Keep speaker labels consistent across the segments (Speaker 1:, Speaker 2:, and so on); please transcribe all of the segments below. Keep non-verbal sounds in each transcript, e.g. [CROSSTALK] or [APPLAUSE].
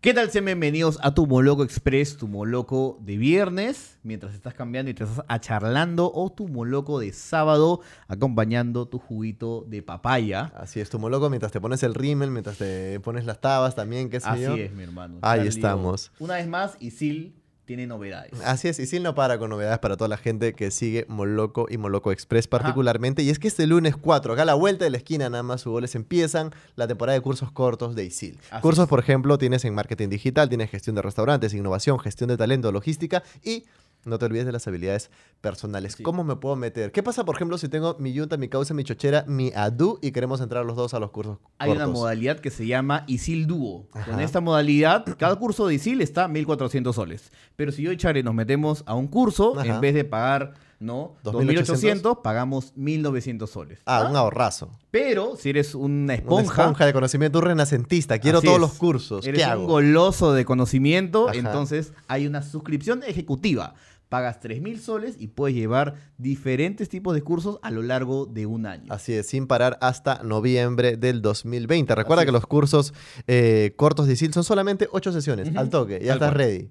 Speaker 1: ¿Qué tal? Sean bienvenidos a tu Moloco Express, tu Moloco de viernes, mientras estás cambiando y te estás acharlando, o tu Moloco de sábado, acompañando tu juguito de papaya.
Speaker 2: Así es, tu moloco, mientras te pones el rímel, mientras te pones las tabas también, qué sé
Speaker 1: Así
Speaker 2: yo.
Speaker 1: es, mi hermano.
Speaker 2: Ahí estamos. Ah,
Speaker 1: Una vez más, Isil tiene novedades.
Speaker 2: Así es, Isil no para con novedades para toda la gente que sigue Moloco y Moloco Express particularmente. Y es que este lunes 4, acá a la vuelta de la esquina nada más sus goles empiezan la temporada de cursos cortos de Isil.
Speaker 1: Así
Speaker 2: cursos,
Speaker 1: es.
Speaker 2: por ejemplo, tienes en marketing digital, tienes gestión de restaurantes, innovación, gestión de talento, logística y... No te olvides de las habilidades personales.
Speaker 1: Sí.
Speaker 2: ¿Cómo me puedo meter? ¿Qué pasa, por ejemplo, si tengo mi yunta, mi causa, mi chochera, mi adu y queremos entrar los dos a los cursos
Speaker 1: Hay una
Speaker 2: cortos?
Speaker 1: modalidad que se llama ISIL Dúo. Con
Speaker 2: Ajá.
Speaker 1: esta modalidad, cada curso de ISIL está 1.400 soles. Pero si yo y Chare nos metemos a un curso,
Speaker 2: Ajá.
Speaker 1: en vez de pagar, ¿no? 2.800,
Speaker 2: 2.800,
Speaker 1: pagamos 1.900 soles.
Speaker 2: Ah, un ahorrazo.
Speaker 1: Pero si eres una
Speaker 2: Una
Speaker 1: esponja,
Speaker 2: esponja de conocimiento, un renacentista. Quiero
Speaker 1: Así
Speaker 2: todos
Speaker 1: es.
Speaker 2: los cursos.
Speaker 1: eres
Speaker 2: ¿Qué
Speaker 1: un
Speaker 2: hago?
Speaker 1: goloso de conocimiento,
Speaker 2: Ajá.
Speaker 1: entonces hay una suscripción ejecutiva. Pagas 3.000 soles y puedes llevar diferentes tipos de cursos a lo largo de un año.
Speaker 2: Así es, sin parar hasta noviembre del 2020. Recuerda
Speaker 1: Así
Speaker 2: que
Speaker 1: es.
Speaker 2: los cursos eh, cortos de ISIL son solamente ocho sesiones,
Speaker 1: Ujú.
Speaker 2: al toque. Ya
Speaker 1: Tal
Speaker 2: estás
Speaker 1: cual.
Speaker 2: ready.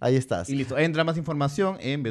Speaker 2: Ahí estás.
Speaker 1: Y listo, entra más información en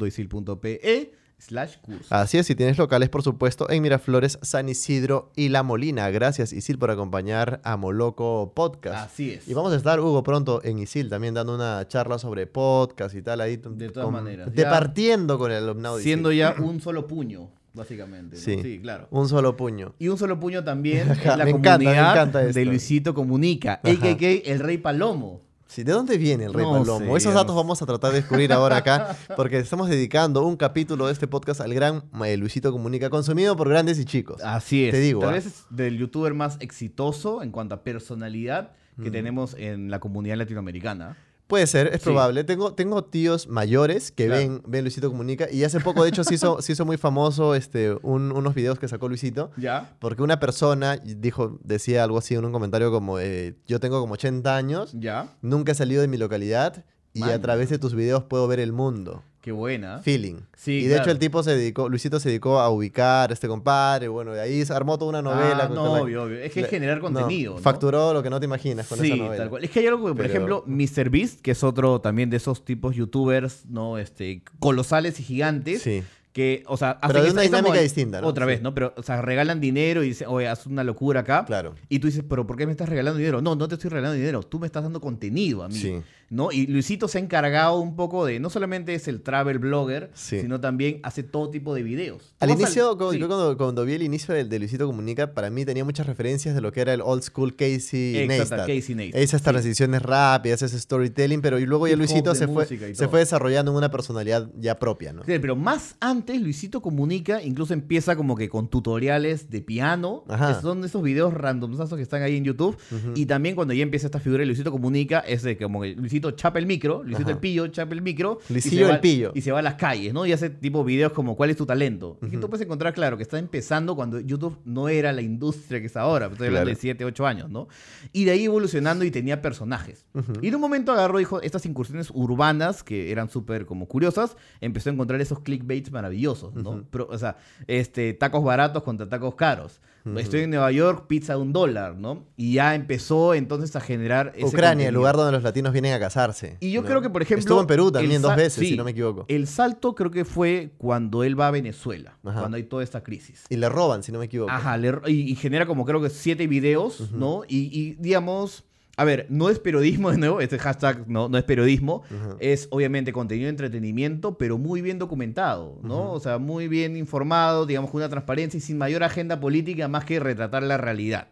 Speaker 1: www.isil.pe slash curso.
Speaker 2: Así es, si tienes locales, por supuesto, en Miraflores, San Isidro y La Molina. Gracias, Isil, por acompañar a Moloco Podcast.
Speaker 1: Así es.
Speaker 2: Y vamos a estar, Hugo, pronto en Isil también dando una charla sobre podcast y tal. Ahí,
Speaker 1: De todas maneras, ya-
Speaker 2: Departiendo con el alumnado de ISIL.
Speaker 1: Siendo
Speaker 2: [CLEARS THROAT]
Speaker 1: ya un solo puño, básicamente. ¿no?
Speaker 2: Sí.
Speaker 1: claro.
Speaker 2: Un solo puño.
Speaker 1: Y un solo puño también es
Speaker 2: [LAUGHS] Ajá,
Speaker 1: la
Speaker 2: me encanta, me
Speaker 1: comunidad
Speaker 2: encanta esto.
Speaker 1: de Luisito Comunica,
Speaker 2: Ajá.
Speaker 1: a.k.a. el Rey Palomo.
Speaker 2: Sí, ¿De dónde viene el rey
Speaker 1: No
Speaker 2: Palomo?
Speaker 1: sé,
Speaker 2: Esos
Speaker 1: no
Speaker 2: datos
Speaker 1: sé.
Speaker 2: vamos a tratar de descubrir
Speaker 1: [LAUGHS]
Speaker 2: ahora acá, porque estamos dedicando un capítulo de este podcast al gran eh, Luisito Comunica, consumido por grandes y chicos.
Speaker 1: Así es.
Speaker 2: Te digo,
Speaker 1: Tal
Speaker 2: ¿ah?
Speaker 1: vez es del youtuber más exitoso en cuanto a personalidad que tenemos en la comunidad latinoamericana.
Speaker 2: Puede ser, es
Speaker 1: Sí.
Speaker 2: probable. Tengo, tengo tíos mayores que
Speaker 1: Claro.
Speaker 2: ven, ven Luisito Comunica y hace poco, de hecho, se hizo, se hizo muy famoso este, un- unos videos que sacó Luisito.
Speaker 1: ¿Ya?
Speaker 2: Porque una persona dijo, decía algo así en un comentario como, eh, yo tengo como 80 años,
Speaker 1: ¿Ya?
Speaker 2: nunca he salido de mi localidad y
Speaker 1: Maña.
Speaker 2: a través de tus videos puedo ver el mundo.
Speaker 1: Qué buena.
Speaker 2: feeling.
Speaker 1: Sí,
Speaker 2: y de
Speaker 1: claro.
Speaker 2: hecho el tipo se dedicó, Luisito se dedicó a ubicar a este compadre, bueno, de ahí se armó toda una novela.
Speaker 1: Ah,
Speaker 2: con-
Speaker 1: no,
Speaker 2: con la-
Speaker 1: obvio, obvio. Es que es
Speaker 2: le-
Speaker 1: generar
Speaker 2: no,
Speaker 1: contenido. ¿no?
Speaker 2: Facturó lo que no te imaginas con
Speaker 1: sí,
Speaker 2: esa novela.
Speaker 1: tal cual. Es que hay algo que, por
Speaker 2: Pero-
Speaker 1: ejemplo, Mr. Beast, que es otro también de esos tipos youtubers, ¿no? Este, colosales y gigantes.
Speaker 2: Sí.
Speaker 1: Que, o sea, hacen
Speaker 2: Pero de
Speaker 1: esta-
Speaker 2: una
Speaker 1: esta
Speaker 2: dinámica
Speaker 1: moda-
Speaker 2: distinta, ¿no?
Speaker 1: Otra
Speaker 2: Sí.
Speaker 1: vez, ¿no? Pero, o sea, regalan dinero y dicen, oye, haz una locura acá.
Speaker 2: Claro.
Speaker 1: Y tú dices, pero ¿por qué me estás regalando dinero? No, no te estoy regalando dinero, tú me estás dando contenido a mí.
Speaker 2: Sí.
Speaker 1: ¿no? Y Luisito se ha encargado un poco de, no solamente es el travel blogger,
Speaker 2: Sí.
Speaker 1: sino también hace todo tipo de videos.
Speaker 2: Al
Speaker 1: Vamos
Speaker 2: inicio, cuando,
Speaker 1: sí.
Speaker 2: yo cuando, cuando vi el inicio del de Luisito Comunica, para mí tenía muchas referencias de lo que era el old school Casey
Speaker 1: Exacto,
Speaker 2: Neistat.
Speaker 1: Casey Neistat,
Speaker 2: Esas transiciones rápidas, ese storytelling, pero y luego ya
Speaker 1: Hip hop
Speaker 2: Luisito
Speaker 1: de
Speaker 2: se fue,
Speaker 1: música y
Speaker 2: se
Speaker 1: todo.
Speaker 2: fue desarrollando en una personalidad ya propia, ¿no?
Speaker 1: Sí, Pero más antes, Luisito comunica, incluso empieza como que con tutoriales de piano.
Speaker 2: Ajá.
Speaker 1: que son esos videos randomazos que están ahí en YouTube. Y también cuando ya empieza esta figura de Luisito comunica, es de como que Luisito chapa el micro, Luisito
Speaker 2: Ajá.
Speaker 1: el pillo, chapa el micro. y se
Speaker 2: Luisillo
Speaker 1: va-
Speaker 2: el pillo.
Speaker 1: Y se va a las calles, ¿no? Y hace tipo videos como ¿Cuál es tu talento? Y que tú puedes encontrar, claro, que está empezando cuando YouTube no era la industria que es ahora. pues Estoy hablando
Speaker 2: Claro.
Speaker 1: de 7, 8 años, ¿no? Y de ahí evolucionando y tenía personajes. Y en un momento agarró, dijo, estas incursiones urbanas que eran súper como curiosas, empezó a encontrar esos clickbaits maravillosos, ¿no? Pro- o sea, este, tacos baratos contra tacos caros. Estoy en Nueva York, pizza de un dólar, ¿no? Y ya empezó entonces a generar... ese
Speaker 2: Ucrania, el
Speaker 1: contenido.
Speaker 2: lugar donde los latinos vienen a casarse.
Speaker 1: Y yo
Speaker 2: ¿no?
Speaker 1: creo que, por ejemplo...
Speaker 2: Estuvo en Perú
Speaker 1: el
Speaker 2: también dos
Speaker 1: sa-
Speaker 2: veces,
Speaker 1: sí,
Speaker 2: si no me equivoco.
Speaker 1: El salto creo que fue cuando él va a Venezuela,
Speaker 2: Ajá.
Speaker 1: cuando hay toda esta crisis.
Speaker 2: Y le roban, si no me equivoco.
Speaker 1: Ajá, le ro- y, y genera como creo que siete videos, ¿no? Y, y, digamos, a ver, no es periodismo de nuevo, este hashtag no, no es periodismo, es obviamente contenido de entretenimiento, pero muy bien documentado, ¿no? O sea, muy bien informado, digamos, con una transparencia y sin mayor agenda política más que retratar la realidad.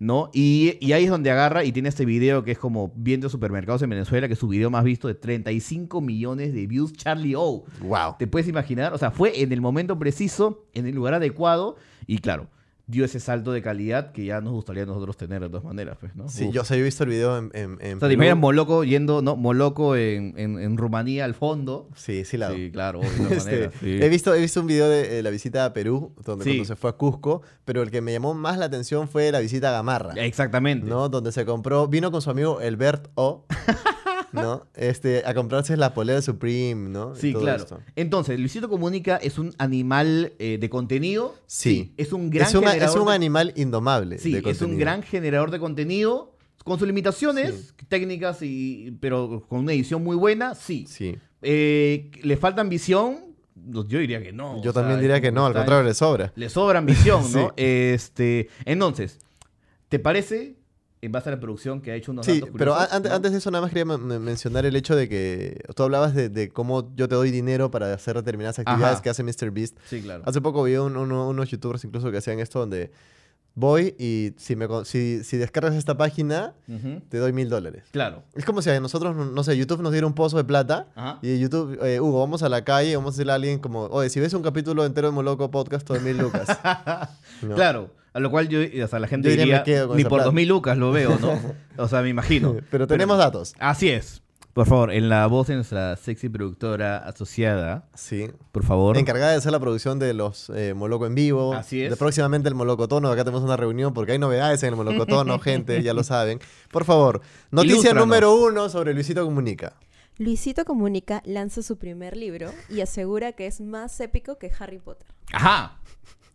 Speaker 1: ¿No? Y, y ahí es donde agarra y tiene este video que es como viendo supermercados en Venezuela, que es su video más visto de 35 millones de views, Charlie O.
Speaker 2: Wow.
Speaker 1: Te puedes imaginar, o sea, fue en el momento preciso, en el lugar adecuado y claro, dio ese salto de calidad que ya nos gustaría a nosotros tener de todas maneras, pues, ¿no?
Speaker 2: Sí,
Speaker 1: Uf.
Speaker 2: yo sé, yo he visto el video en. en, en
Speaker 1: O sea, te
Speaker 2: Perú.
Speaker 1: imaginas Moloco yendo, ¿no? Moloco en, en, en Rumanía al fondo.
Speaker 2: Sí, sí la
Speaker 1: Sí, claro, obvio, de todas
Speaker 2: [LAUGHS] Este,
Speaker 1: maneras, sí.
Speaker 2: he, visto, he visto un video de eh, la visita a Perú, donde
Speaker 1: Sí.
Speaker 2: cuando se fue a Cusco, pero el que me llamó más la atención fue la visita a Gamarra,
Speaker 1: Exactamente.
Speaker 2: ¿no? Donde se compró, vino con su amigo Elbert
Speaker 1: [LAUGHS]
Speaker 2: O, ¿no? Este, a comprarse la polera de Supreme, ¿no? Y
Speaker 1: Sí,
Speaker 2: todo
Speaker 1: claro.
Speaker 2: esto.
Speaker 1: Entonces, Luisito Comunica es un animal eh, de contenido.
Speaker 2: Sí.
Speaker 1: Es un gran
Speaker 2: es, una- es
Speaker 1: generador
Speaker 2: un
Speaker 1: de-
Speaker 2: animal indomable.
Speaker 1: Sí,
Speaker 2: de
Speaker 1: es un
Speaker 2: contenido.
Speaker 1: gran generador de contenido Con sus limitaciones técnicas, y, pero con una edición muy buena, sí.
Speaker 2: Sí.
Speaker 1: Eh, ¿Le falta ambición? Yo diría que no.
Speaker 2: Yo
Speaker 1: o sea,
Speaker 2: también diría que no, al
Speaker 1: está-
Speaker 2: contrario, le sobra.
Speaker 1: Le sobra ambición, ¿no?
Speaker 2: [LAUGHS] Sí.
Speaker 1: Este, entonces, ¿te parece, en base a la producción que ha hecho unos
Speaker 2: Sí,
Speaker 1: datos
Speaker 2: pero
Speaker 1: curiosos,
Speaker 2: a- ante-
Speaker 1: ¿no?
Speaker 2: antes de eso nada más quería men- men- mencionar el hecho de que tú hablabas de, de cómo yo te doy dinero para hacer determinadas actividades
Speaker 1: Ajá.
Speaker 2: que hace Mr. Beast.
Speaker 1: Sí, claro.
Speaker 2: Hace poco vi un- uno- unos youtubers incluso que hacían esto donde voy y si, me, con- si, si descargas esta página
Speaker 1: Ujú,
Speaker 2: te doy mil dólares.
Speaker 1: Claro.
Speaker 2: Es como si a nosotros, no sé, YouTube nos diera un pozo de plata
Speaker 1: Ajá.
Speaker 2: y YouTube, eh, Hugo, vamos a la calle, vamos a decirle a alguien como, oye, si ves un capítulo entero de Moloco Podcast, te doy mil
Speaker 1: [LAUGHS]
Speaker 2: lucas. No.
Speaker 1: Claro, a lo cual yo, o sea, la gente
Speaker 2: Yo diría,
Speaker 1: diría,
Speaker 2: me quedo con
Speaker 1: ni
Speaker 2: esa
Speaker 1: por
Speaker 2: plata".
Speaker 1: 2000 lucas lo veo,
Speaker 2: [LAUGHS]
Speaker 1: ¿no? O sea, me imagino.
Speaker 2: [LAUGHS] Pero tenemos datos.
Speaker 1: Así es. Por favor, en la voz de nuestra sexy productora asociada,
Speaker 2: Sí.
Speaker 1: por favor.
Speaker 2: Encargada de hacer la producción de los eh, Moloco en vivo.
Speaker 1: Así es.
Speaker 2: De próximamente el Molocotono. Acá tenemos una reunión porque hay novedades en
Speaker 1: [LAUGHS]
Speaker 2: el Molocotono, gente, ya lo saben. Por favor, noticia
Speaker 1: Ilústranos.
Speaker 2: número uno sobre Luisito Comunica.
Speaker 3: Luisito Comunica lanza su primer libro y asegura que es más épico que Harry Potter.
Speaker 1: Ajá.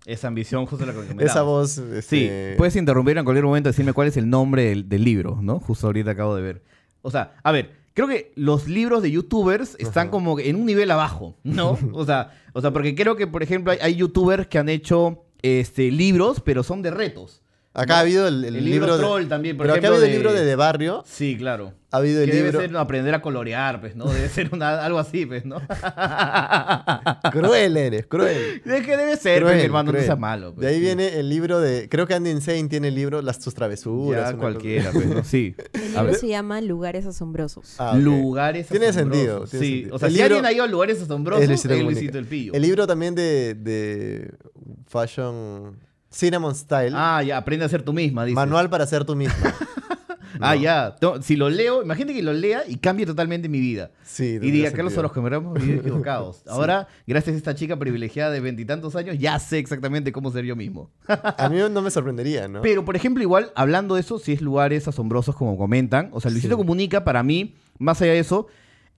Speaker 1: Esa ambición
Speaker 2: [LAUGHS]
Speaker 1: justo la que comentábamos.
Speaker 2: Esa voz.
Speaker 1: Sí, pues,
Speaker 2: este,
Speaker 1: puedes interrumpir en cualquier momento y decirme cuál es el nombre del, del libro, ¿no? Justo ahorita acabo de ver. O sea, a ver, creo que los libros de youtubers están como que en un nivel abajo,
Speaker 2: [LAUGHS]
Speaker 1: ¿no? O sea, o sea, porque creo que, por ejemplo, hay, hay youtubers que han hecho este, libros, pero son de retos.
Speaker 2: Acá
Speaker 1: ¿no?
Speaker 2: ha habido el, el
Speaker 1: El libro
Speaker 2: de-
Speaker 1: Troll también, por
Speaker 2: pero acá ha
Speaker 1: ejemplo,
Speaker 2: habido el
Speaker 1: de-
Speaker 2: libro de De Barrio.
Speaker 1: Sí, claro.
Speaker 2: Ha habido el
Speaker 1: que
Speaker 2: libro.
Speaker 1: debe ser aprender a colorear, pues, ¿no? Debe ser una- algo así, pues,
Speaker 2: [LAUGHS]
Speaker 1: ¿no?
Speaker 2: Cruel eres, cruel.
Speaker 1: [LAUGHS] es que debe ser, pues,
Speaker 2: Cruel,
Speaker 1: mi hermano,
Speaker 2: cruel.
Speaker 1: no sea malo. pues,
Speaker 2: de ahí
Speaker 1: sí.
Speaker 2: viene el libro de. Creo que Andy Insane tiene el libro Las tus travesuras. una
Speaker 1: Ya
Speaker 2: cosa- [LAUGHS]
Speaker 1: cualquiera, pues, ¿no? Sí.
Speaker 3: El
Speaker 1: A
Speaker 3: libro
Speaker 1: ver.
Speaker 3: se llama Lugares Asombrosos.
Speaker 2: Ah, ok.
Speaker 1: Lugares
Speaker 2: Tiene
Speaker 1: asombrosos.
Speaker 2: sentido, tiene
Speaker 1: sí,
Speaker 2: sentido.
Speaker 1: o sea,
Speaker 2: El
Speaker 1: si
Speaker 2: libro-
Speaker 1: alguien ha ido a lugares asombrosos,
Speaker 2: Es
Speaker 1: es
Speaker 2: Luisito
Speaker 1: Luisito,
Speaker 2: Comunica.
Speaker 1: el Pillo.
Speaker 2: El libro también de, de Fashion Cinnamon Style.
Speaker 1: Ah, ya, aprende a ser tú misma, dice.
Speaker 2: manual para ser tú mismo.
Speaker 1: [LAUGHS] Ah,
Speaker 2: No.
Speaker 1: ya. To- Si lo leo, imagínate que lo lea y cambie totalmente mi vida.
Speaker 2: Sí,
Speaker 1: y diga,
Speaker 2: tendría
Speaker 1: Carlos,
Speaker 2: sentido.
Speaker 1: a los que me hemos
Speaker 2: [LAUGHS]
Speaker 1: vivido equivocados. Ahora, gracias a esta chica privilegiada de veintitantos años, ya sé exactamente cómo ser yo mismo.
Speaker 2: A mí no me sorprendería, ¿no?
Speaker 1: Pero, por ejemplo, igual, hablando de eso, si es lugares asombrosos como comentan, o sea, Luisito
Speaker 2: Sí.
Speaker 1: Comunica, para mí, más allá de eso,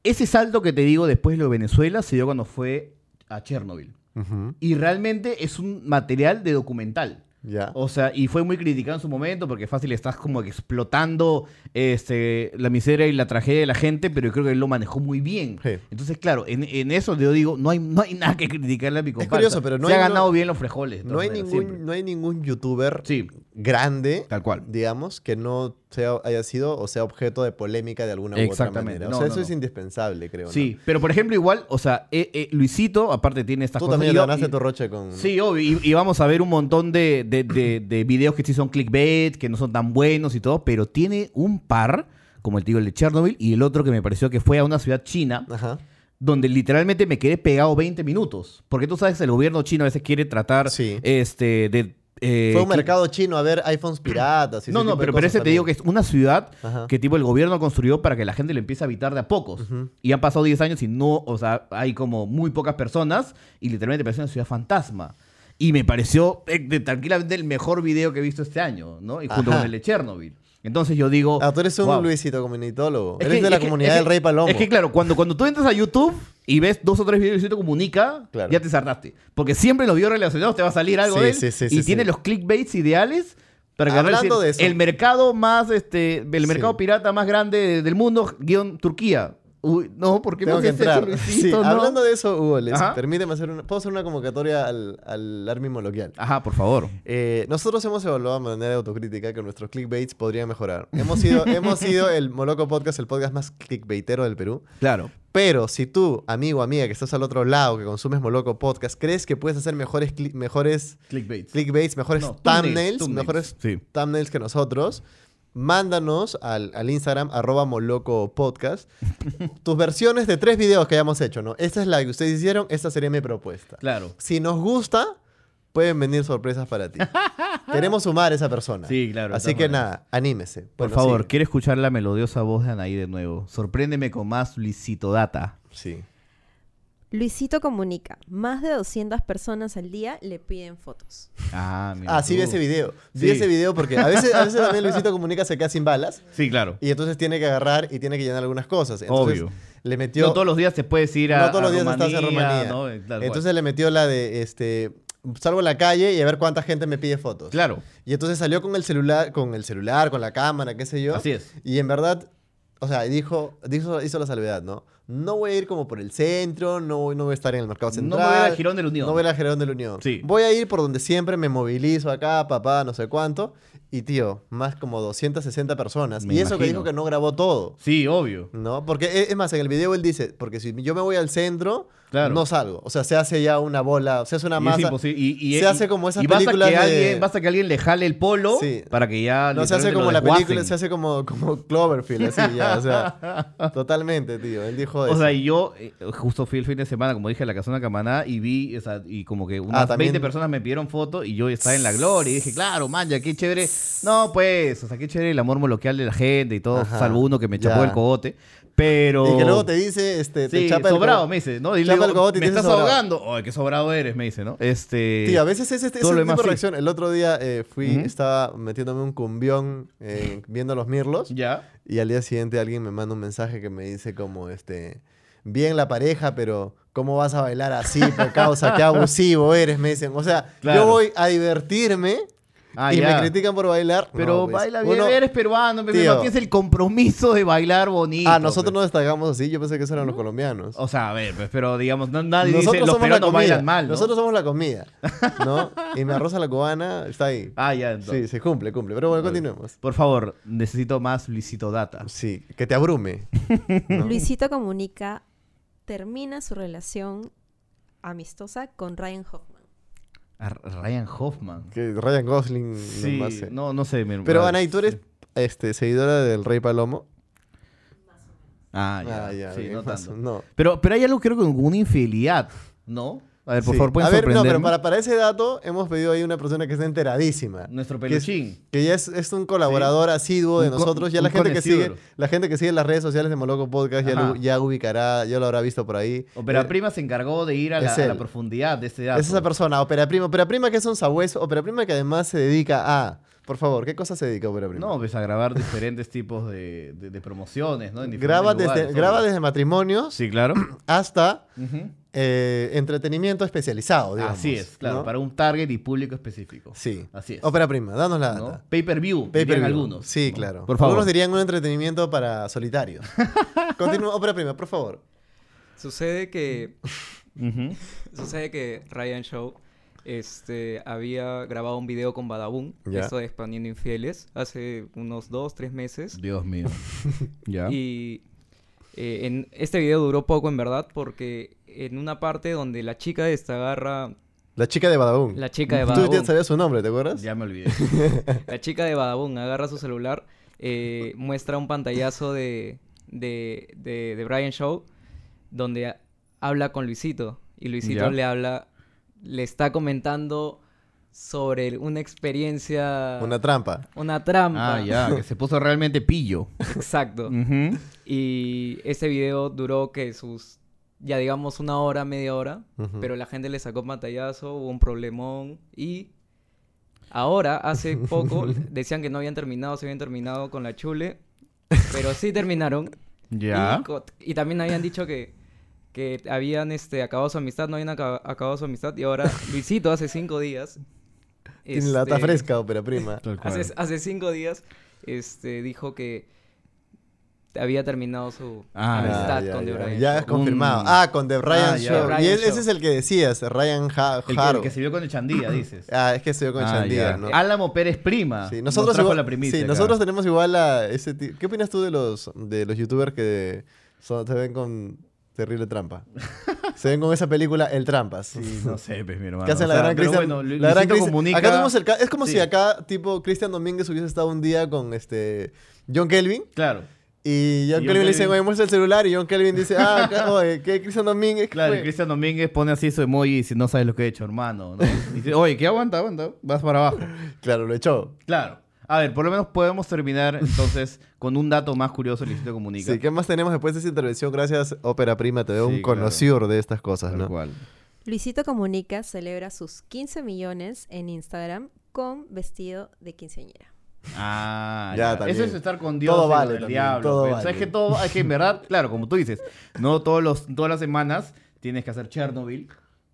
Speaker 1: ese salto que te digo después de lo de Venezuela se dio cuando fue a Chernobyl.
Speaker 2: Ujú,
Speaker 1: Y realmente es un material de documental.
Speaker 2: Ya.
Speaker 1: O sea, y fue muy criticado en su momento porque fácil estás como que explotando este, la miseria y la tragedia de la gente, pero yo creo que él lo manejó muy bien.
Speaker 2: Sí.
Speaker 1: Entonces, claro, en, en eso yo digo, no hay, no hay [LAUGHS] nada que criticarle a mi compadre.
Speaker 2: curioso, pero no
Speaker 1: Se
Speaker 2: hay
Speaker 1: ha
Speaker 2: uno-
Speaker 1: ganado bien los frijoles. de
Speaker 2: no,
Speaker 1: todas
Speaker 2: hay
Speaker 1: maneras, siempre.
Speaker 2: ningún, no hay ningún youtuber
Speaker 1: Sí,
Speaker 2: grande,
Speaker 1: tal cual.
Speaker 2: digamos, que no sea- haya sido o sea objeto de polémica de alguna u otra
Speaker 1: Exactamente.
Speaker 2: manera. O
Speaker 1: No,
Speaker 2: sea,
Speaker 1: no,
Speaker 2: eso es
Speaker 1: no.
Speaker 2: indispensable, creo. ¿no?
Speaker 1: Sí, pero por ejemplo, igual, o sea, eh, eh, Luisito, aparte tiene estas
Speaker 2: Tú
Speaker 1: cosas.
Speaker 2: también
Speaker 1: y
Speaker 2: te
Speaker 1: yo-
Speaker 2: ganaste
Speaker 1: y-
Speaker 2: tu roche con.
Speaker 1: Sí, obvio. Y, y vamos a ver un montón de, de- de- de videos que sí son clickbait, que no son tan buenos y todo, pero tiene un par, como el tío el de Chernobyl, y el otro que me pareció que fue a una ciudad china,
Speaker 2: Ajá.
Speaker 1: donde literalmente me quedé pegado 20 minutos. Porque tú sabes, el gobierno chino a veces quiere tratar
Speaker 2: Sí.
Speaker 1: este, de... eh,
Speaker 2: Fue un
Speaker 1: que-
Speaker 2: mercado chino a ver iPhones piratas. y
Speaker 1: No,
Speaker 2: ese
Speaker 1: no,
Speaker 2: tipo de
Speaker 1: pero, pero
Speaker 2: cosas
Speaker 1: ese te digo que
Speaker 2: también.
Speaker 1: es una ciudad
Speaker 2: Ajá.
Speaker 1: que tipo el gobierno construyó para que la gente lo empiece a habitar de a pocos.
Speaker 2: Ujú.
Speaker 1: Y han pasado 10 años y no, o sea, hay como muy pocas personas y literalmente parece una ciudad fantasma. Y me pareció eh, de- tranquilamente el mejor video que he visto este año, ¿no? Y junto
Speaker 2: Ajá.
Speaker 1: con el de Chernobyl. Entonces yo digo...
Speaker 2: Ah, tú eres un
Speaker 1: "Wow".
Speaker 2: Luisito comunitólogo.
Speaker 1: Es
Speaker 2: eres
Speaker 1: que-
Speaker 2: de la
Speaker 1: es que-
Speaker 2: comunidad
Speaker 1: es que-
Speaker 2: del Rey Palomo.
Speaker 1: Es que claro, cuando, cuando tú entras a YouTube y ves dos o tres videos de Luisito Comunica,
Speaker 2: Claro.
Speaker 1: ya te sardaste. Porque siempre en los videos relacionados te va a salir algo
Speaker 2: Sí,
Speaker 1: de él
Speaker 2: sí, sí,
Speaker 1: y
Speaker 2: sí,
Speaker 1: tiene
Speaker 2: sí.
Speaker 1: los clickbaits ideales para que
Speaker 2: Hablando
Speaker 1: recién-
Speaker 2: de eso.
Speaker 1: el mercado más este el mercado
Speaker 2: Sí.
Speaker 1: pirata más grande del mundo guión Turquía. Uy, no, ¿por qué
Speaker 2: Tengo
Speaker 1: me
Speaker 2: que
Speaker 1: haces eso,
Speaker 2: entrar. Sí,
Speaker 1: Luisito? No.
Speaker 2: Hablando de eso, Hugo, les
Speaker 1: Ajá.
Speaker 2: permíteme hacer una, puedo hacer una convocatoria al, al Army Moloquial.
Speaker 1: Ajá, por favor.
Speaker 2: Eh, nosotros hemos evaluado de manera autocrítica que nuestros clickbaits podrían mejorar. Hemos
Speaker 1: [LAUGHS]
Speaker 2: sido, hemos sido el Moloco Podcast, el podcast más clickbaitero del Perú.
Speaker 1: Claro.
Speaker 2: Pero si tú, amigo, amiga, que estás al otro lado, que consumes Moloco Podcast, crees que puedes hacer mejores, cli- mejores
Speaker 1: Clickbaits.
Speaker 2: clickbaits, mejores
Speaker 1: No,
Speaker 2: thumbnails,
Speaker 1: thumbnails, thumbnails.
Speaker 2: mejores
Speaker 1: Sí.
Speaker 2: thumbnails que nosotros, mándanos al, al Instagram, arroba moloco podcast, tus versiones de tres videos que hayamos hecho, ¿no? Esta es la que ustedes hicieron, esta sería mi propuesta.
Speaker 1: Claro.
Speaker 2: Si nos gusta, pueden venir sorpresas
Speaker 1: [LAUGHS]
Speaker 2: para ti. Queremos sumar a esa persona.
Speaker 1: Sí, claro, de
Speaker 2: Así
Speaker 1: todas
Speaker 2: que
Speaker 1: maneras.
Speaker 2: nada, anímese.
Speaker 1: Por
Speaker 2: Bueno,
Speaker 1: favor,
Speaker 2: sí,
Speaker 1: quiero escuchar la melodiosa voz de Anaí de nuevo. Sorpréndeme con más Luisito Data.
Speaker 2: Sí.
Speaker 3: Luisito Comunica, más de 200 personas al día le piden fotos.
Speaker 1: Ah, mira
Speaker 2: Ah, sí,
Speaker 1: tú.
Speaker 2: vi ese video. Vi
Speaker 1: Sí.
Speaker 2: ese video porque a veces, a veces
Speaker 1: [LAUGHS]
Speaker 2: también Luisito Comunica se queda sin balas
Speaker 1: Sí, claro.
Speaker 2: y entonces tiene que agarrar y tiene que llenar algunas cosas. Entonces,
Speaker 1: Obvio.
Speaker 2: Le metió.
Speaker 1: no todos los días te puedes ir a
Speaker 2: no todos los
Speaker 1: a
Speaker 2: días estás en
Speaker 1: Rumanía,
Speaker 2: Rumanía.
Speaker 1: ¿no? Eh, tal cual.
Speaker 2: Entonces le metió la de este salgo a la calle y a ver cuánta gente me pide fotos.
Speaker 1: Claro.
Speaker 2: Y entonces salió con el celular, con el celular, con la cámara, qué sé yo.
Speaker 1: Así es.
Speaker 2: Y en verdad, o sea, dijo, dijo hizo la salvedad, ¿no? No voy a ir como por el centro, no, voy- no voy a estar en el mercado
Speaker 1: No
Speaker 2: central.
Speaker 1: voy a ir al Girón de la Unión.
Speaker 2: No voy a ir al Girón de la Unión.
Speaker 1: Sí.
Speaker 2: Voy a ir por donde siempre me movilizo acá, papá, no sé cuánto. Y tío, más como 260 personas.
Speaker 1: Me
Speaker 2: y eso que
Speaker 1: imagino.
Speaker 2: dijo que no grabó todo.
Speaker 1: Sí, obvio.
Speaker 2: ¿No? Porque e- es más, en el video él dice, porque si yo me voy al centro,
Speaker 1: Claro.
Speaker 2: no salgo. O sea, se hace ya una bola, se hace una
Speaker 1: Y es
Speaker 2: masa.
Speaker 1: imposible. Y, y- eh,
Speaker 2: se
Speaker 1: y-
Speaker 2: hace como esas
Speaker 1: y basta
Speaker 2: películas
Speaker 1: que
Speaker 2: de-
Speaker 1: alguien, basta que alguien le jale el polo
Speaker 2: Sí.
Speaker 1: para que ya
Speaker 2: No, se hace
Speaker 1: literalmente lo
Speaker 2: como la película,
Speaker 1: desguacen.
Speaker 2: se hace como, como Cloverfield, así ya,
Speaker 1: [LAUGHS]
Speaker 2: o sea, totalmente, tío. Él dijo
Speaker 1: O
Speaker 2: eso.
Speaker 1: sea, y yo eh, justo fui el fin de semana, como dije, a la casona Camaná y vi, o sea, y como que unas
Speaker 2: Ah, también.
Speaker 1: 20 personas me pidieron foto y yo estaba en la gloria y dije, claro, man, ya qué chévere. No, pues, o sea, qué chévere el amor moloquial de la gente y todo,
Speaker 2: Ajá,
Speaker 1: salvo uno que me chapó
Speaker 2: ya.
Speaker 1: el cogote. Pero.
Speaker 2: Y que luego te dice, este, te
Speaker 1: Sí,
Speaker 2: chapa el
Speaker 1: sobrado,
Speaker 2: co-
Speaker 1: me dice, ¿no? Y le
Speaker 2: chapa
Speaker 1: digo,
Speaker 2: el cogote y
Speaker 1: me
Speaker 2: te dice
Speaker 1: estás
Speaker 2: sobrado".
Speaker 1: ahogando. Ay, qué sobrado eres, me dice, ¿no? Este.
Speaker 2: Tío, a veces es este,
Speaker 1: todo lo
Speaker 2: ese
Speaker 1: demás
Speaker 2: tipo de
Speaker 1: sí.
Speaker 2: reacción. El otro día eh, fui,
Speaker 1: Ujú.
Speaker 2: estaba metiéndome un cumbión eh, viendo los mirlos
Speaker 1: Ya.
Speaker 2: y al día siguiente alguien me manda un mensaje que me dice como, este, bien la pareja, pero ¿cómo vas a bailar así, pe causa? Qué abusivo eres, me dicen. O sea,
Speaker 1: Claro.
Speaker 2: yo voy a divertirme
Speaker 1: Ah,
Speaker 2: y
Speaker 1: ya.
Speaker 2: me critican por bailar.
Speaker 1: Pero
Speaker 2: No, pues,
Speaker 1: baila bien,
Speaker 2: uno-
Speaker 1: eres peruano, pero
Speaker 2: Tío.
Speaker 1: no tienes el compromiso de bailar bonito.
Speaker 2: Ah, nosotros
Speaker 1: pues.
Speaker 2: nos destacamos así. Yo pensé que eso eran los colombianos.
Speaker 1: O sea, a ver, pues, pero digamos, no- nadie
Speaker 2: nosotros
Speaker 1: dice los
Speaker 2: somos la
Speaker 1: peruanos
Speaker 2: comida.
Speaker 1: bailan mal, ¿no?
Speaker 2: Nosotros somos la comida,
Speaker 1: [LAUGHS]
Speaker 2: ¿no? y mi arroz a la cubana está ahí.
Speaker 1: Ah, ya, entonces.
Speaker 2: sí, se cumple, cumple. Pero bueno, continuemos.
Speaker 1: Por favor, necesito más Luisito Data.
Speaker 2: Sí, que te abrume.
Speaker 1: [LAUGHS]
Speaker 2: ¿no?
Speaker 3: Luisito Comunica termina su relación amistosa con Ryan Hoffman.
Speaker 1: A Ryan Hoffman.
Speaker 2: Que Ryan Gosling
Speaker 1: Sí,
Speaker 2: nomás se-
Speaker 1: no, no sé. mi-
Speaker 2: eh. Pero
Speaker 1: bueno,
Speaker 2: Ana, ¿y tú eres este, seguidora del Rey Palomo?
Speaker 1: Ah, ya.
Speaker 2: Ah, ya,
Speaker 1: sí,
Speaker 2: bien,
Speaker 1: no
Speaker 2: más-
Speaker 1: tanto.
Speaker 2: no.
Speaker 1: Pero, pero hay algo creo que con una infidelidad, ¿no? A ver, por
Speaker 2: Sí.
Speaker 1: favor, pueden
Speaker 2: A ver, no, pero
Speaker 1: sorprenderme?
Speaker 2: para, para ese dato hemos pedido ahí una persona que está enteradísima.
Speaker 1: Nuestro
Speaker 2: Que es-
Speaker 1: peluchín.
Speaker 2: Que ya es, es un colaborador asiduo de
Speaker 1: Un co-
Speaker 2: nosotros. Ya
Speaker 1: un
Speaker 2: la gente, que sigue,
Speaker 1: conocido.
Speaker 2: la gente que sigue las redes sociales de Moloco Podcast ya,
Speaker 1: Ajá.
Speaker 2: lo- ya ubicará, ya lo habrá visto por ahí.
Speaker 1: Opera
Speaker 2: Eh,
Speaker 1: Prima se encargó de ir a la,
Speaker 2: es
Speaker 1: a la
Speaker 2: él.
Speaker 1: profundidad de este dato.
Speaker 2: Es esa persona, Opera Prima. Opera Prima que es un sabueso. Opera Prima que además se dedica a... Por favor, ¿qué cosa se dedica Opera Prima?
Speaker 1: No, ves a grabar diferentes tipos de, de- de promociones, ¿no? En diferentes
Speaker 2: graba, desde,
Speaker 1: lugares,
Speaker 2: graba
Speaker 1: obvio.
Speaker 2: desde matrimonios
Speaker 1: Sí,
Speaker 2: [CLEARS THROAT]
Speaker 1: claro.
Speaker 2: hasta
Speaker 1: Ujú.
Speaker 2: eh, entretenimiento especializado, digamos.
Speaker 1: Así es, claro,
Speaker 2: ¿no?
Speaker 1: para un target y público específico.
Speaker 2: Sí.
Speaker 1: Así es.
Speaker 2: Opera Prima, danos la
Speaker 1: ¿no?
Speaker 2: data.
Speaker 1: Pay-per-view,
Speaker 2: Pay per
Speaker 1: dirían
Speaker 2: view.
Speaker 1: algunos.
Speaker 2: Sí,
Speaker 1: ¿no?
Speaker 2: claro.
Speaker 1: Por favor.
Speaker 2: Algunos dirían un entretenimiento
Speaker 1: [LAUGHS]
Speaker 2: para solitarios. Continúa, ópera prima, por favor.
Speaker 4: Sucede que,
Speaker 1: Ujú.
Speaker 4: [LAUGHS] sucede que Ryan Shaw este, había grabado un video con Badabun,
Speaker 2: Ya.
Speaker 4: esto de Expandiendo Infieles, hace unos dos, tres meses.
Speaker 1: [LAUGHS] Dios
Speaker 2: [LAUGHS]
Speaker 1: mío. ya.
Speaker 4: Y eh, en este video duró poco, en verdad, porque en una parte donde la chica esta agarra...
Speaker 2: La chica de Badabun.
Speaker 4: La chica de
Speaker 2: Tú ya
Speaker 4: Badabun.
Speaker 2: sabías su nombre, ¿te acuerdas?
Speaker 1: [LAUGHS] Ya me
Speaker 2: [LAUGHS]
Speaker 1: olvidé.
Speaker 4: La chica de Badabun agarra su celular, eh, muestra un pantallazo de, de, de, de Brian Shaw, donde ha- habla con Luisito. Y Luisito
Speaker 1: Ya.
Speaker 4: le habla, le está comentando sobre el- una experiencia,
Speaker 2: Una trampa.
Speaker 4: una trampa.
Speaker 1: ah, ya, que se puso realmente pillo.
Speaker 4: [LAUGHS] Exacto.
Speaker 1: Ujú.
Speaker 4: Y ese video duró que sus, ya digamos, una hora, media hora.
Speaker 2: Ujú.
Speaker 4: Pero la gente le sacó pantallazo, hubo un problemón y...
Speaker 2: [LAUGHS]
Speaker 4: Ahora, hace poco, decían que no habían terminado, se habían terminado con la chule, pero sí
Speaker 2: [LAUGHS]
Speaker 4: terminaron.
Speaker 1: Ya.
Speaker 4: Y, co- y también habían dicho que, que habían este, acabado su amistad, no habían aca- acabado su amistad, y ahora Luisito hace cinco días...
Speaker 2: Tiene la data
Speaker 4: este,
Speaker 2: fresca, ópera prima.
Speaker 1: Tal cual.
Speaker 4: Hace, hace cinco días este, dijo que había terminado su
Speaker 1: Ah,
Speaker 4: amistad
Speaker 2: ya,
Speaker 4: con
Speaker 2: ya,
Speaker 4: The Brian
Speaker 2: ya
Speaker 4: Show.
Speaker 2: es confirmado.
Speaker 1: Mm.
Speaker 2: Ah, con The Ryan
Speaker 1: Ah, ya.
Speaker 2: Show.
Speaker 4: Ryan
Speaker 2: y es-
Speaker 4: Shaw.
Speaker 2: ese es el que decías, Ryan Ha-
Speaker 1: El, que- el
Speaker 2: Haro.
Speaker 1: que se vio con el
Speaker 2: [LAUGHS]
Speaker 1: Chandía, dices.
Speaker 2: Ah, es que se dio con
Speaker 1: Ah,
Speaker 2: Chandía,
Speaker 1: ya.
Speaker 2: ¿no?
Speaker 1: Álamo Pérez Prima. Ah.
Speaker 2: Sí,
Speaker 1: nos
Speaker 2: nosotros,
Speaker 1: trajo
Speaker 2: igual-
Speaker 1: la primicia.
Speaker 2: sí,
Speaker 1: acá.
Speaker 2: nosotros tenemos igual a ese ti- ¿Qué opinas tú de los, de los youtubers que son- se ven con terrible
Speaker 1: [LAUGHS]
Speaker 2: trampa? se ven con esa película El Trampas. [LAUGHS]
Speaker 1: Sí, no sé, pues, mi hermano.
Speaker 2: Que hace
Speaker 1: O
Speaker 2: la
Speaker 1: sea,
Speaker 2: gran
Speaker 1: pero
Speaker 2: Cristian.
Speaker 1: bueno, Lu-
Speaker 2: la gran
Speaker 1: Luisito
Speaker 2: Cristian-
Speaker 1: comunica.
Speaker 2: Acá tenemos el ca- Es como
Speaker 1: Sí.
Speaker 2: si acá, tipo, Cristian Domínguez hubiese estado un día con este John Kelvin.
Speaker 1: Claro.
Speaker 2: Y John
Speaker 1: Y John
Speaker 2: Kelvin le dice,
Speaker 1: Kelvin-
Speaker 2: oye, muestra el celular. Y John Kelvin dice, ah,
Speaker 1: [LAUGHS]
Speaker 2: ca- oye, ¿qué Cristian Domínguez? ¿Qué
Speaker 1: Claro,
Speaker 2: fue?".
Speaker 1: y Cristian Domínguez pone así su emoji y dice, no sabes lo que he hecho, hermano. ¿no? Y dice, oye, ¿qué aguanta, aguanta? Vas para abajo.
Speaker 2: Claro, lo echó.
Speaker 1: Claro. A ver, por lo menos podemos terminar
Speaker 2: [LAUGHS]
Speaker 1: entonces con un dato más curioso que Luisito Comunica.
Speaker 2: Sí, ¿qué más tenemos después de esa intervención? Gracias, Ópera Prima. Te veo
Speaker 1: Sí,
Speaker 2: un
Speaker 1: claro.
Speaker 2: conocedor de estas cosas,
Speaker 1: Tal
Speaker 2: ¿no?
Speaker 1: cual.
Speaker 3: Luisito Comunica celebra sus 15 millones en Instagram con vestido de quinceañera.
Speaker 1: Ah,
Speaker 2: Ya,
Speaker 1: ya.
Speaker 2: también.
Speaker 1: Eso es estar con Dios
Speaker 2: Todo
Speaker 1: y con
Speaker 2: vale
Speaker 1: el
Speaker 2: también,
Speaker 1: diablo.
Speaker 2: todo
Speaker 1: pues. O sea,
Speaker 2: vale.
Speaker 1: es que todo, es que en verdad, claro, como tú dices, no todos los, todas las semanas tienes que hacer Chernobyl,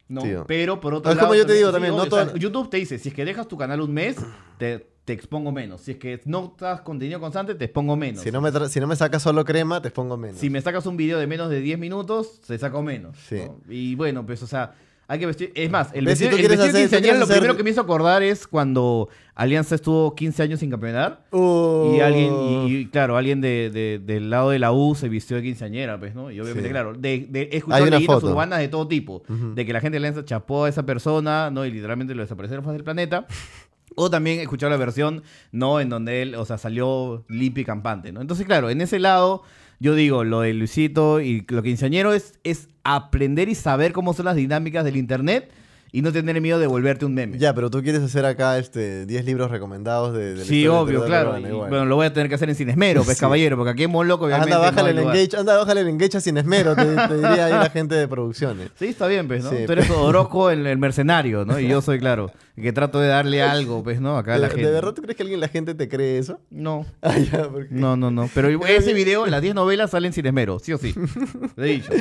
Speaker 1: ¿no?
Speaker 2: Tío.
Speaker 1: Pero por otro
Speaker 2: Es
Speaker 1: lado.
Speaker 2: como yo te digo también, no
Speaker 1: obvio, o sea,
Speaker 2: todo-
Speaker 1: YouTube te dice: si es que dejas tu canal un mes, te, te expongo menos. Si es que no estás contenido constante, te expongo menos.
Speaker 2: Si no, me tra- si no me sacas solo crema, te pongo menos.
Speaker 1: Si me sacas un video de menos de 10 minutos, se sacó menos.
Speaker 2: Sí.
Speaker 1: ¿no? Y bueno, pues, o sea, hay que vestir. Es más, el
Speaker 2: ¿Ves? Si
Speaker 1: vestido,
Speaker 2: tú
Speaker 1: el
Speaker 2: quieres
Speaker 1: vestido de
Speaker 2: hacer- tú
Speaker 1: quinceañera, lo
Speaker 2: quieres hacer-
Speaker 1: primero que me hizo acordar es cuando Alianza estuvo 15 años sin campeonar.
Speaker 2: Uh.
Speaker 1: Y alguien, y,
Speaker 2: Oh.
Speaker 1: y, claro, alguien de, de- del lado de la U se vistió de quinceañera, pues, ¿no? Y obviamente,
Speaker 2: Sí.
Speaker 1: claro, de, de, he
Speaker 2: Hay
Speaker 1: escuchado
Speaker 2: una
Speaker 1: leyendas
Speaker 2: foto.
Speaker 1: urbanas de todo tipo,
Speaker 2: Ujú.
Speaker 1: de que la gente de Alianza chapó a esa persona, ¿no? Y literalmente lo desaparecieron faz del planeta. O también he escuchado la versión, ¿no? En donde él, o sea, salió limpio y campante, ¿no? Entonces, claro, en ese lado, yo digo, lo de Luisito y lo quinceañero es, es aprender y saber cómo son las dinámicas del internet y no tener miedo de volverte un meme.
Speaker 2: Ya, pero tú quieres hacer acá este 10 libros recomendados de, de la
Speaker 1: Sí,
Speaker 2: historia
Speaker 1: obvio,
Speaker 2: literaria
Speaker 1: claro.
Speaker 2: peruana,
Speaker 1: y,
Speaker 2: igual.
Speaker 1: bueno, lo voy a tener que hacer en Sin Esmero, pues,
Speaker 2: [LAUGHS] Sí.
Speaker 1: caballero, porque aquí es muy loco, obviamente.
Speaker 2: anda, bájale
Speaker 1: no
Speaker 2: el
Speaker 1: hay lugar.
Speaker 2: engage, anda, bájale el engage sin esmero, te, te diría ahí la gente de producciones.
Speaker 1: Sí, está bien, pues, ¿no?
Speaker 2: Sí,
Speaker 1: Tú
Speaker 2: [LAUGHS]
Speaker 1: eres Orozco, el, el mercenario, ¿no? Y yo soy, claro, el que trato de darle algo, pues, ¿no? Acá a
Speaker 2: ¿De,
Speaker 1: la
Speaker 2: de
Speaker 1: gente.
Speaker 2: verdad tú crees que alguien la gente te cree eso? [LAUGHS]
Speaker 1: No.
Speaker 2: Ah, ya, porque...
Speaker 1: No, no, no.
Speaker 2: [LAUGHS]
Speaker 1: Pero ese video, las 10 novelas salen sin esmero, sí o sí. Lo he dicho.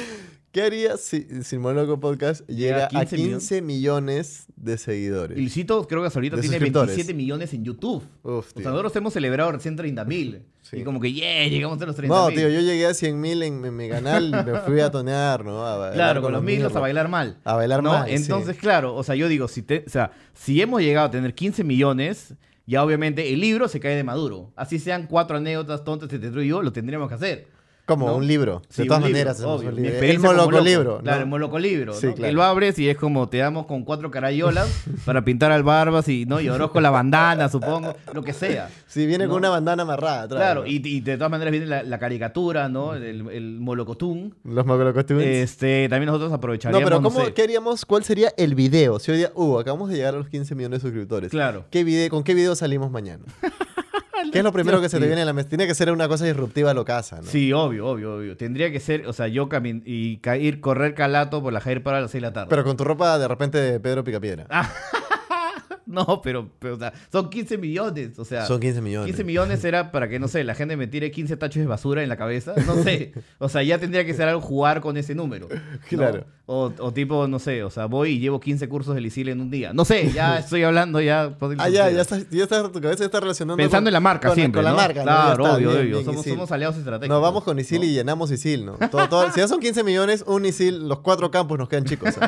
Speaker 2: ¿Qué harías si, si Monoco Podcast llega
Speaker 1: Llega
Speaker 2: a
Speaker 1: a
Speaker 2: 15,
Speaker 1: 15
Speaker 2: millones de seguidores?
Speaker 1: Y Luisito, creo que ahorita
Speaker 2: De
Speaker 1: tiene
Speaker 2: suscriptores.
Speaker 1: 27 millones en YouTube.
Speaker 2: Uf,
Speaker 1: O
Speaker 2: tío.
Speaker 1: sea, nosotros hemos celebrado recién 30 mil.
Speaker 2: Sí.
Speaker 1: Y como que, yeah, llegamos a los 30
Speaker 2: No, tío, yo llegué a 100 mil en, en mi canal y me fui a tonear, ¿no? A bailar
Speaker 1: Claro, con los
Speaker 2: mierda.
Speaker 1: micros a bailar mal.
Speaker 2: A bailar
Speaker 1: ¿no?
Speaker 2: mal, sí.
Speaker 1: Entonces, claro, o sea, yo digo, si, te- o sea, si hemos llegado a tener 15 millones, ya obviamente el libro se cae de maduro. Así sean cuatro anécdotas tontas que te yo, lo tendríamos que hacer.
Speaker 2: Como
Speaker 1: ¿no?
Speaker 2: un libro.
Speaker 1: Sí,
Speaker 2: de todas
Speaker 1: un libro,
Speaker 2: maneras, hacemos
Speaker 1: obvio.
Speaker 2: un
Speaker 1: Mi
Speaker 2: libro. El
Speaker 1: experiencia como
Speaker 2: Moloco
Speaker 1: loco.
Speaker 2: libro. ¿no?
Speaker 1: Claro, el Moloco libro.
Speaker 2: Sí,
Speaker 1: ¿no?
Speaker 2: claro.
Speaker 1: Que lo abres y es como te damos con cuatro carayolas [LAUGHS] para pintar al Barbas y, ¿no? y Orozco la bandana, supongo, lo que sea.
Speaker 2: Sí, viene con
Speaker 1: No.
Speaker 2: una bandana amarrada atrás.
Speaker 1: Claro,
Speaker 2: ¿no?
Speaker 1: y, y de todas maneras viene la, la caricatura, ¿no? El, el molocotún.
Speaker 2: Los macrocostumes.
Speaker 1: Este, también nosotros
Speaker 2: no,
Speaker 1: aprovecharíamos.
Speaker 2: pero ¿cómo,
Speaker 1: sé.
Speaker 2: ¿qué haríamos? ¿Cuál sería el video? Si hoy día, uh, acabamos de llegar a los 15 millones de suscriptores.
Speaker 1: Claro.
Speaker 2: ¿Qué video, ¿Con qué video salimos
Speaker 1: [LAUGHS]
Speaker 2: mañana? ¿Qué es lo primero que se te viene a la mente? Tiene que ser una cosa disruptiva locaza, ¿no?
Speaker 1: Sí, obvio, obvio, obvio. Tendría que ser, o sea, yo camin y ca- ir correr calato por la Jair para las 6 de la tarde.
Speaker 2: Pero con tu ropa de repente de Pedro Picapiedra.
Speaker 1: [LAUGHS] Ah, no, pero, pero, o sea, son 15 millones, o sea.
Speaker 2: Son 15 millones.
Speaker 1: 15 millones era para que, no sé, la gente me tire 15 tachos de basura en la cabeza. No
Speaker 2: [LAUGHS]
Speaker 1: sé. O sea, ya tendría que ser algo jugar con ese número. ¿no?
Speaker 2: Claro.
Speaker 1: O, o tipo, no sé, o sea, voy y llevo 15 cursos de Lisil en un día. No sé,
Speaker 2: [LAUGHS]
Speaker 1: ya estoy hablando, ya.
Speaker 2: Ah, ya, ya estás, ya estás, tu cabeza está relacionando
Speaker 1: Pensando en la marca
Speaker 2: con,
Speaker 1: siempre.
Speaker 2: Con la
Speaker 1: ¿no?
Speaker 2: marca, ¿no? Ya
Speaker 1: Claro,
Speaker 2: está,
Speaker 1: obvio,
Speaker 2: bien,
Speaker 1: obvio.
Speaker 2: bien,
Speaker 1: Somos,
Speaker 2: Isil.
Speaker 1: somos aliados estratégicos.
Speaker 2: Nos vamos con Isil
Speaker 1: ¿no?
Speaker 2: y llenamos Isil, ¿no? Todo- todo- si ya son 15 millones, un Isil, los cuatro campus nos quedan chicos.
Speaker 1: [LAUGHS]
Speaker 2: ¿eh?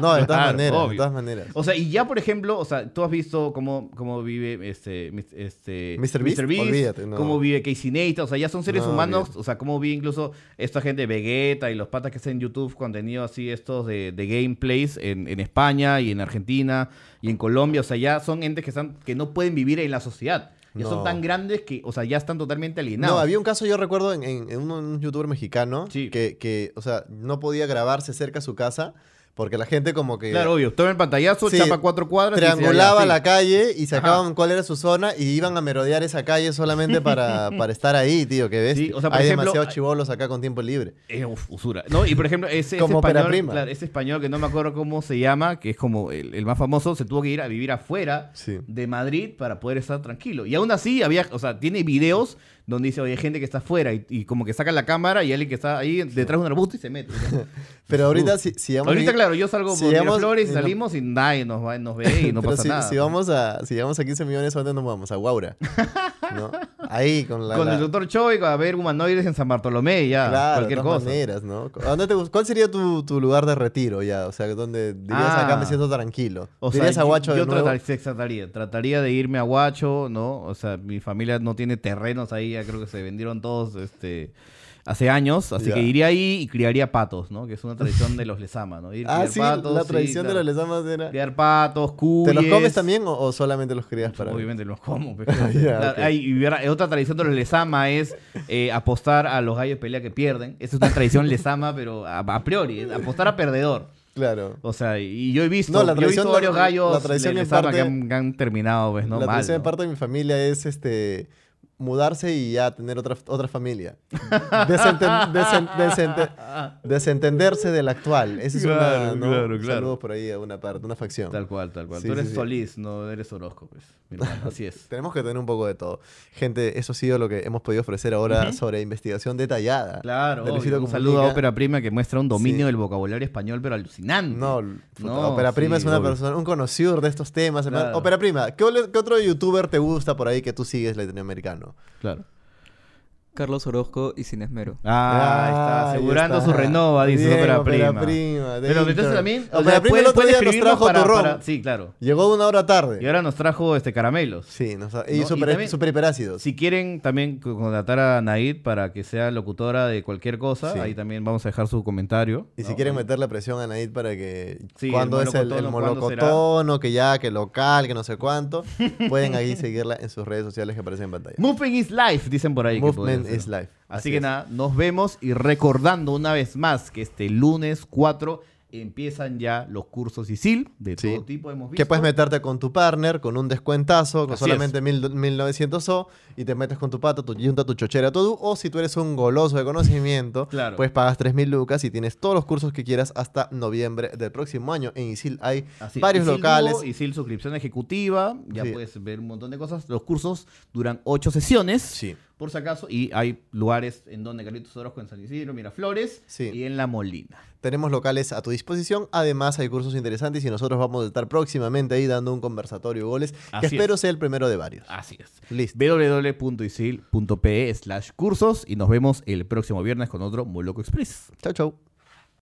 Speaker 2: No, de todas
Speaker 1: Claro,
Speaker 2: maneras, de
Speaker 1: obvio.
Speaker 2: todas maneras.
Speaker 1: O sea, y ya, por ejemplo, o sea, tú has visto cómo, cómo vive este, mis- este
Speaker 2: Mr. Beast? Olvídate, no.
Speaker 1: cómo vive Casey Neistat, o sea, ya son seres
Speaker 2: No,
Speaker 1: humanos,
Speaker 2: olvídate.
Speaker 1: o sea, cómo vive incluso esta gente de Vegeta y los patas que hacen en YouTube contenido así estos de, de gameplays en, en España y en Argentina y en Colombia, o sea, ya son entes que están que no pueden vivir en la sociedad. Ya
Speaker 2: No.
Speaker 1: son tan grandes que, o sea, ya están totalmente alienados.
Speaker 2: No, había un caso, yo recuerdo, en, en- en un, un youtuber mexicano
Speaker 1: Sí.
Speaker 2: que, que, o sea, no podía grabarse cerca a su casa porque la gente como que
Speaker 1: Claro, obvio. Toma el pantallazo,
Speaker 2: Sí,
Speaker 1: chapa cuatro cuadras. y se-
Speaker 2: triangulaba
Speaker 1: ya, sí.
Speaker 2: la calle y sacaban cuál era su zona y iban a merodear esa calle
Speaker 1: [LAUGHS]
Speaker 2: solamente para, para estar ahí, tío, que ves.
Speaker 1: Sí, o sea, por
Speaker 2: Hay
Speaker 1: ejemplo,
Speaker 2: demasiados
Speaker 1: hay-
Speaker 2: chivolos acá con tiempo libre.
Speaker 1: Eh, uf, usura. No, y por ejemplo, ese, ese
Speaker 2: Como ópera
Speaker 1: español,
Speaker 2: prima.
Speaker 1: claro, ese español que no me acuerdo cómo se llama, que es como el, el más famoso, se tuvo que ir a vivir afuera
Speaker 2: Sí.
Speaker 1: de Madrid para poder estar tranquilo. Y aún así había, o sea, tiene videos donde dice, oye, hay gente que está afuera y, y como que saca la cámara y alguien que está ahí detrás de un arbusto y se mete.
Speaker 2: [LAUGHS] Pero ahorita, si, si vamos
Speaker 1: Ahorita,
Speaker 2: bien-
Speaker 1: claro, yo salgo
Speaker 2: si
Speaker 1: por
Speaker 2: llegamos-
Speaker 1: Miraflores
Speaker 2: y
Speaker 1: y
Speaker 2: no-
Speaker 1: salimos y nadie nos, va- nos ve y no
Speaker 2: [LAUGHS] Pero
Speaker 1: pasa
Speaker 2: si,
Speaker 1: nada.
Speaker 2: si vamos a, si llegamos a 15 millones, ¿a dónde nos vamos? A Guaura. ¿no? Ahí con la.
Speaker 1: Con
Speaker 2: la-
Speaker 1: el doctor Choi, a ver humanoides en San Bartolomé, ya,
Speaker 2: Claro,
Speaker 1: cualquier
Speaker 2: de todas
Speaker 1: cosa.
Speaker 2: maneras, ¿no? ¿A dónde te gust- ¿Cuál sería tu, tu lugar de retiro ya? O sea, donde dirías
Speaker 1: Ah.
Speaker 2: acá me siento tranquilo.
Speaker 1: O sea,
Speaker 2: dirías a
Speaker 1: yo-
Speaker 2: Guacho
Speaker 1: yo,
Speaker 2: de nuevo.
Speaker 1: tratar- sí, trataría, trataría de irme a Guacho, ¿no? O sea, mi familia no tiene terrenos ahí, ya creo que se vendieron todos este hace años, así
Speaker 2: Ya.
Speaker 1: que iría ahí y criaría patos, ¿no? Que es una tradición de los lesama, ¿no? Ir,
Speaker 2: Ah,
Speaker 1: criar
Speaker 2: sí,
Speaker 1: patos,
Speaker 2: la
Speaker 1: sí,
Speaker 2: tradición
Speaker 1: claro.
Speaker 2: de los lesamas era.
Speaker 1: Criar patos,
Speaker 2: ¿Te
Speaker 1: cuyes. Pues,
Speaker 2: los comes también o, o solamente los crías para.?
Speaker 1: Obviamente los como.
Speaker 2: [LAUGHS]
Speaker 1: pues, [LAUGHS]
Speaker 2: Ah, ya,
Speaker 1: claro.
Speaker 2: ok.
Speaker 1: Ay, y hubiera- eh, otra tradición de los lesama es eh, apostar a los gallos de pelea que pierden. Esa es una tradición [LAUGHS] lesama, pero a, a priori, es apostar a perdedor.
Speaker 2: Claro.
Speaker 1: O sea, y yo he visto,
Speaker 2: No, la
Speaker 1: yo he visto
Speaker 2: tradición-
Speaker 1: varios
Speaker 2: la-
Speaker 1: gallos
Speaker 2: la tradición
Speaker 1: de
Speaker 2: en
Speaker 1: Lezama
Speaker 2: parte-
Speaker 1: que, han, que han terminado, pues, ¿no?
Speaker 2: la
Speaker 1: Mal,
Speaker 2: tradición de
Speaker 1: ¿no?
Speaker 2: parte de mi familia es este mudarse y ya tener otra, otra familia. Desenten- desen-
Speaker 1: [LAUGHS]
Speaker 2: desente- desentenderse del actual. Ese es
Speaker 1: Claro,
Speaker 2: una, ¿no?
Speaker 1: claro,
Speaker 2: Un
Speaker 1: claro.
Speaker 2: saludo por ahí a una parte, una facción.
Speaker 1: Tal cual, tal cual.
Speaker 2: Sí,
Speaker 1: Tú
Speaker 2: sí,
Speaker 1: eres
Speaker 2: sí.
Speaker 1: Solís, no eres Orozco, pues. mi
Speaker 2: [LAUGHS]
Speaker 1: hermano, así es.
Speaker 2: Tenemos que tener un poco de todo. Gente, eso ha sido lo que hemos podido ofrecer ahora sobre investigación detallada.
Speaker 1: Claro,
Speaker 2: de
Speaker 1: obvio.
Speaker 2: Luisito
Speaker 1: un
Speaker 2: Comunica.
Speaker 1: saludo a Ópera Prima que muestra un dominio
Speaker 2: Sí.
Speaker 1: del vocabulario español, pero alucinante.
Speaker 2: No,
Speaker 1: No,
Speaker 2: Opera Prima
Speaker 1: sí,
Speaker 2: es una
Speaker 1: obvio.
Speaker 2: persona, un conocedor de estos temas. hermano.
Speaker 1: Claro.
Speaker 2: Opera Prima, ¿qué, ole- qué otro youtuber te gusta por ahí que tú sigues latinoamericano?
Speaker 1: Claro.
Speaker 4: Carlos Orozco y Sin Esmero.
Speaker 1: Ah, ahí está,
Speaker 2: ahí
Speaker 1: asegurando
Speaker 2: está.
Speaker 1: su renova, dice
Speaker 2: Bien,
Speaker 1: Ópera
Speaker 2: Opera
Speaker 1: Prima.
Speaker 2: Prima, de
Speaker 1: Pero entonces
Speaker 2: intern.
Speaker 1: también. o
Speaker 2: Opera
Speaker 1: sea,
Speaker 2: Prima
Speaker 1: puede-
Speaker 2: el otro
Speaker 1: puede
Speaker 2: día nos
Speaker 1: escribirnos
Speaker 2: trajo
Speaker 1: para-
Speaker 2: turrón.
Speaker 1: para- Sí, claro.
Speaker 2: Llegó una hora tarde.
Speaker 1: Y ahora nos trajo este caramelos.
Speaker 2: Sí, no sabe- y
Speaker 1: No, y
Speaker 2: super,
Speaker 1: también-
Speaker 2: super hiperácidos.
Speaker 1: Si quieren también co- contratar a Naid para que sea locutora de cualquier cosa,
Speaker 2: Sí.
Speaker 1: ahí también vamos a dejar su comentario.
Speaker 2: Y si
Speaker 1: ¿no?
Speaker 2: quieren meterle presión a Naid para que
Speaker 1: Sí,
Speaker 2: cuando
Speaker 1: el
Speaker 2: es el, el
Speaker 1: molocotono, ¿cuándo será?
Speaker 2: molocotono, que ya, que local, que no
Speaker 1: [LAUGHS]
Speaker 2: sé cuánto, pueden ahí seguirla en sus redes sociales que aparecen en pantalla.
Speaker 1: Movement is life, dicen por ahí. que podría
Speaker 2: Movement
Speaker 1: ser.
Speaker 2: is life.
Speaker 1: Así, que
Speaker 2: es.
Speaker 1: nada, nos vemos y recordando una vez más que este lunes 4 empiezan ya los cursos ISIL de
Speaker 2: Sí.
Speaker 1: todo tipo. Hemos visto.
Speaker 2: Que puedes meterte con tu partner, con un descuentazo, con
Speaker 1: Así
Speaker 2: solamente mil, 1900 O, y te metes con tu pata, tu yunta, tu chochera, todo. O si tú eres un goloso de conocimiento,
Speaker 1: Claro.
Speaker 2: pues pagas 3000 lucas y tienes todos los cursos que quieras hasta noviembre del próximo año. En ISIL hay
Speaker 1: Así es.
Speaker 2: varios
Speaker 1: ISIL
Speaker 2: locales.
Speaker 1: Duo, ISIL suscripción ejecutiva, ya
Speaker 2: Sí.
Speaker 1: puedes ver un montón de cosas. Los cursos duran 8 sesiones.
Speaker 2: Sí.
Speaker 1: Por si acaso, y hay lugares en donde Carlitos Orozco en San Isidro, Miraflores
Speaker 2: Sí.
Speaker 1: y en La Molina.
Speaker 2: Tenemos locales a tu disposición. Además, hay cursos interesantes y nosotros vamos a estar próximamente ahí dando un conversatorio de goles,
Speaker 1: Así
Speaker 2: que
Speaker 1: es. Ah.
Speaker 2: espero sea el primero de varios.
Speaker 1: Así es.
Speaker 2: Listo.
Speaker 1: www.isil.pe slash cursos y nos vemos el próximo viernes con otro Moloco Express.
Speaker 2: Chau, chau.